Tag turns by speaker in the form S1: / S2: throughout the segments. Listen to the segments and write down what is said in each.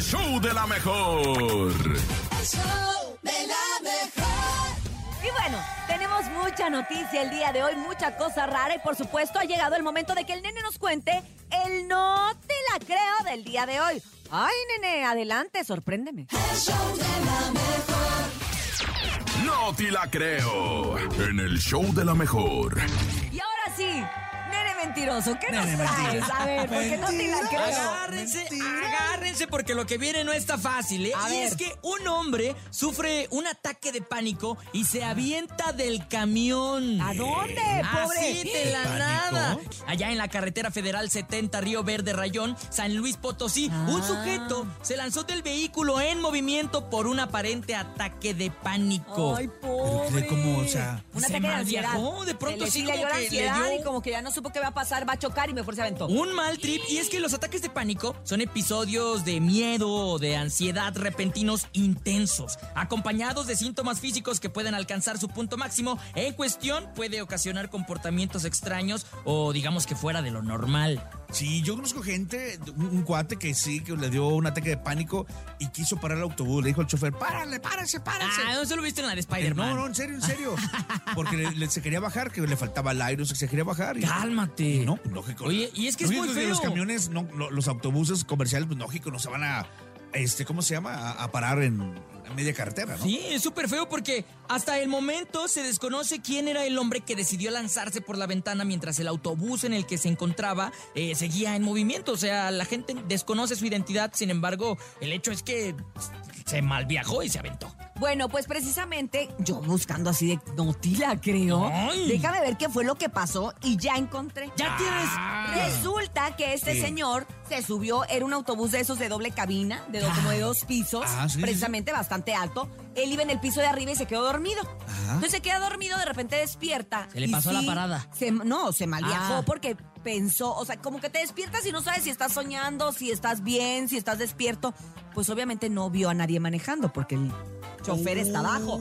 S1: show de la mejor.
S2: El show de la mejor.
S3: Y bueno, tenemos mucha noticia el día de hoy, mucha cosa rara y por supuesto ha llegado el momento de que el nene nos cuente el no te la creo del día de hoy. Ay, nene, adelante, sorpréndeme.
S2: El show de la mejor.
S1: No te la creo. En el show de la mejor.
S3: Y ahora sí, nene mentiroso, ¿qué nos
S4: Nene
S3: traes?
S4: mentiroso.
S3: A ver, porque Ah, no te la creo.
S4: Agárrense,
S5: Mentira.
S4: agárrense porque lo que viene no está fácil, ¿eh?
S5: A
S4: y
S5: ver.
S4: es que un hombre sufre un ataque de pánico y se avienta del camión.
S3: ¿A dónde,
S4: Así
S3: pobre?
S4: de la nada. Allá en la carretera federal 70 Río Verde Rayón, San Luis Potosí, un
S3: Ah.
S4: sujeto se lanzó del vehículo en movimiento por un aparente ataque de pánico.
S3: Ay,
S5: Pero
S3: pobre.
S5: cree cómo, o sea,
S3: un
S4: se
S3: ataque de ansiedad.
S4: malviajó, de pronto
S3: Se
S4: sí
S3: le, sí le
S4: como
S3: dio la
S4: que le
S3: ansiedad
S4: dio-
S3: y como que ya no supo qué va a pasar, va a chocar y mejor se aventó.
S4: Un mal trip y es que los ataques de pánico son episodios de miedo o de ansiedad repentinos intensos, acompañados de síntomas físicos que pueden alcanzar su punto máximo en cuestión puede ocasionar comportamientos extraños o digamos que fuera de lo normal.
S5: Sí, yo conozco gente, un, un cuate que sí, que le dio un ataque de pánico y quiso parar el autobús. Le dijo al chofer, párale, párese, párese.
S4: Ah, no se lo viste en la de
S5: Eh,
S4: Spider-Man.
S5: no, no, en serio, en serio. Porque le, le- se quería bajar, que le faltaba el aire, o sea, se quería bajar. y-
S4: Cálmate.
S5: No, pues, lógico.
S4: Oye, y es que es
S5: Lógico
S4: muy
S5: que
S4: feo.
S5: Los camiones, no, lo- los autobuses comerciales, pues lógico, no se van a, este, ¿cómo se llama? A, a parar en a media carretera, ¿no?
S4: Sí, es súper feo porque hasta el momento se desconoce quién era el hombre que decidió lanzarse por la ventana mientras el autobús en el que se encontraba eh, seguía en movimiento. O sea, la gente desconoce su identidad, sin embargo, el hecho es que se malviajó y se aventó.
S3: Bueno, pues precisamente yo buscando así de no te la creo.
S4: Ay.
S3: Déjame ver qué fue lo que pasó y ya encontré. Ah.
S4: ¡Ya tienes!
S3: Resulta que este
S5: Sí.
S3: señor se subió, era un autobús de esos de doble cabina, de do- como de dos pisos,
S5: Ah, sí, sí,
S3: precisamente bastante alto. Él iba en el piso de arriba y se quedó dormido.
S5: Ajá.
S3: Entonces se queda dormido, de repente despierta.
S4: Se le
S3: y
S4: pasó la parada.
S3: se- no, se malviajó
S4: Ah.
S3: porque pensó, o sea, como que te despiertas y no sabes si estás soñando, si estás bien, si estás despierto. Pues obviamente no vio a nadie manejando porque el
S4: Oh.
S3: chofer está abajo.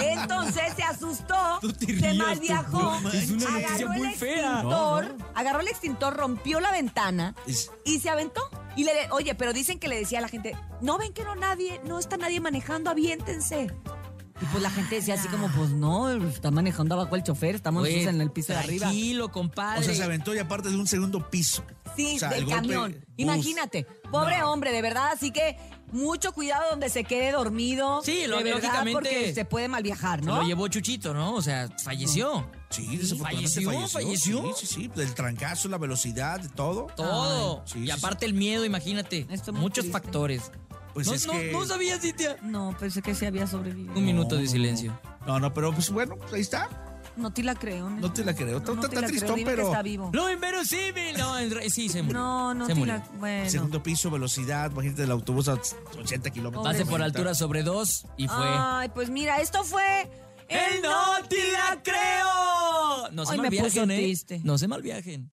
S3: Entonces se asustó,
S4: Ah. Tú te
S3: se
S4: rías,
S3: malviajó,
S4: tú, no manches. Es una noticia
S3: agarró el
S4: muy fea.
S3: extintor, agarró el extintor, rompió la ventana
S5: Es-
S3: y se aventó. Y le, oye, pero dicen que le decía a la gente, no ven que no nadie, no está nadie manejando, aviéntense. Y pues la gente decía así como, pues no, está manejando abajo el chofer, estamos
S4: Güey,
S3: nosotros en el piso de arriba.
S4: Tranquilo, compadre.
S5: O sea, se aventó y aparte de un segundo piso.
S3: Sí,
S5: O sea,
S3: del
S5: el golpe,
S3: camión.
S5: uf.
S3: Imagínate, pobre hombre, de verdad, así que mucho cuidado donde se quede dormido.
S4: Sí, lo-
S3: de verdad,
S4: lógicamente-
S3: porque se puede mal viajar,
S4: Se
S3: ¿no?
S4: lo llevó Chuchito, ¿no? O sea, falleció.
S5: Sí, desafortunadamente
S4: falleció,
S5: falleció.
S4: falleció.
S5: Sí, sí, sí. El trancazo, la velocidad, todo.
S4: Todo.
S5: Ay, sí,
S4: y
S5: sí,
S4: aparte el miedo, imagínate.
S3: Está muy
S4: Muchos
S3: triste.
S4: factores.
S5: Pues
S4: no,
S5: es
S4: no-
S5: que-
S4: no sabías, Cintia.
S3: No, pensé que se había sobrevivido.
S4: Un minuto de
S5: no,
S4: silencio.
S5: No, no, pero pues bueno, ahí está.
S3: No te la creo. nena.
S5: No te la creo. Está-
S3: no
S5: está
S3: te la creo,
S5: tristón,
S3: dime que
S5: pero-
S3: está vivo.
S4: Lo inverosímil. No, en re- sí, se murió.
S3: No, no
S4: se
S3: te
S4: murió.
S3: la... Bueno.
S5: Segundo piso, velocidad, imagínate del autobús a 80 kilómetros.
S4: Pase por
S5: 90.
S4: altura sobre dos y fue.
S3: Ay, pues mira, esto fue...
S4: ¡El no te la creo! No se
S3: Ay, me
S4: malviajen,
S3: puse
S4: ¿eh?
S3: triste.
S4: No se malviajen.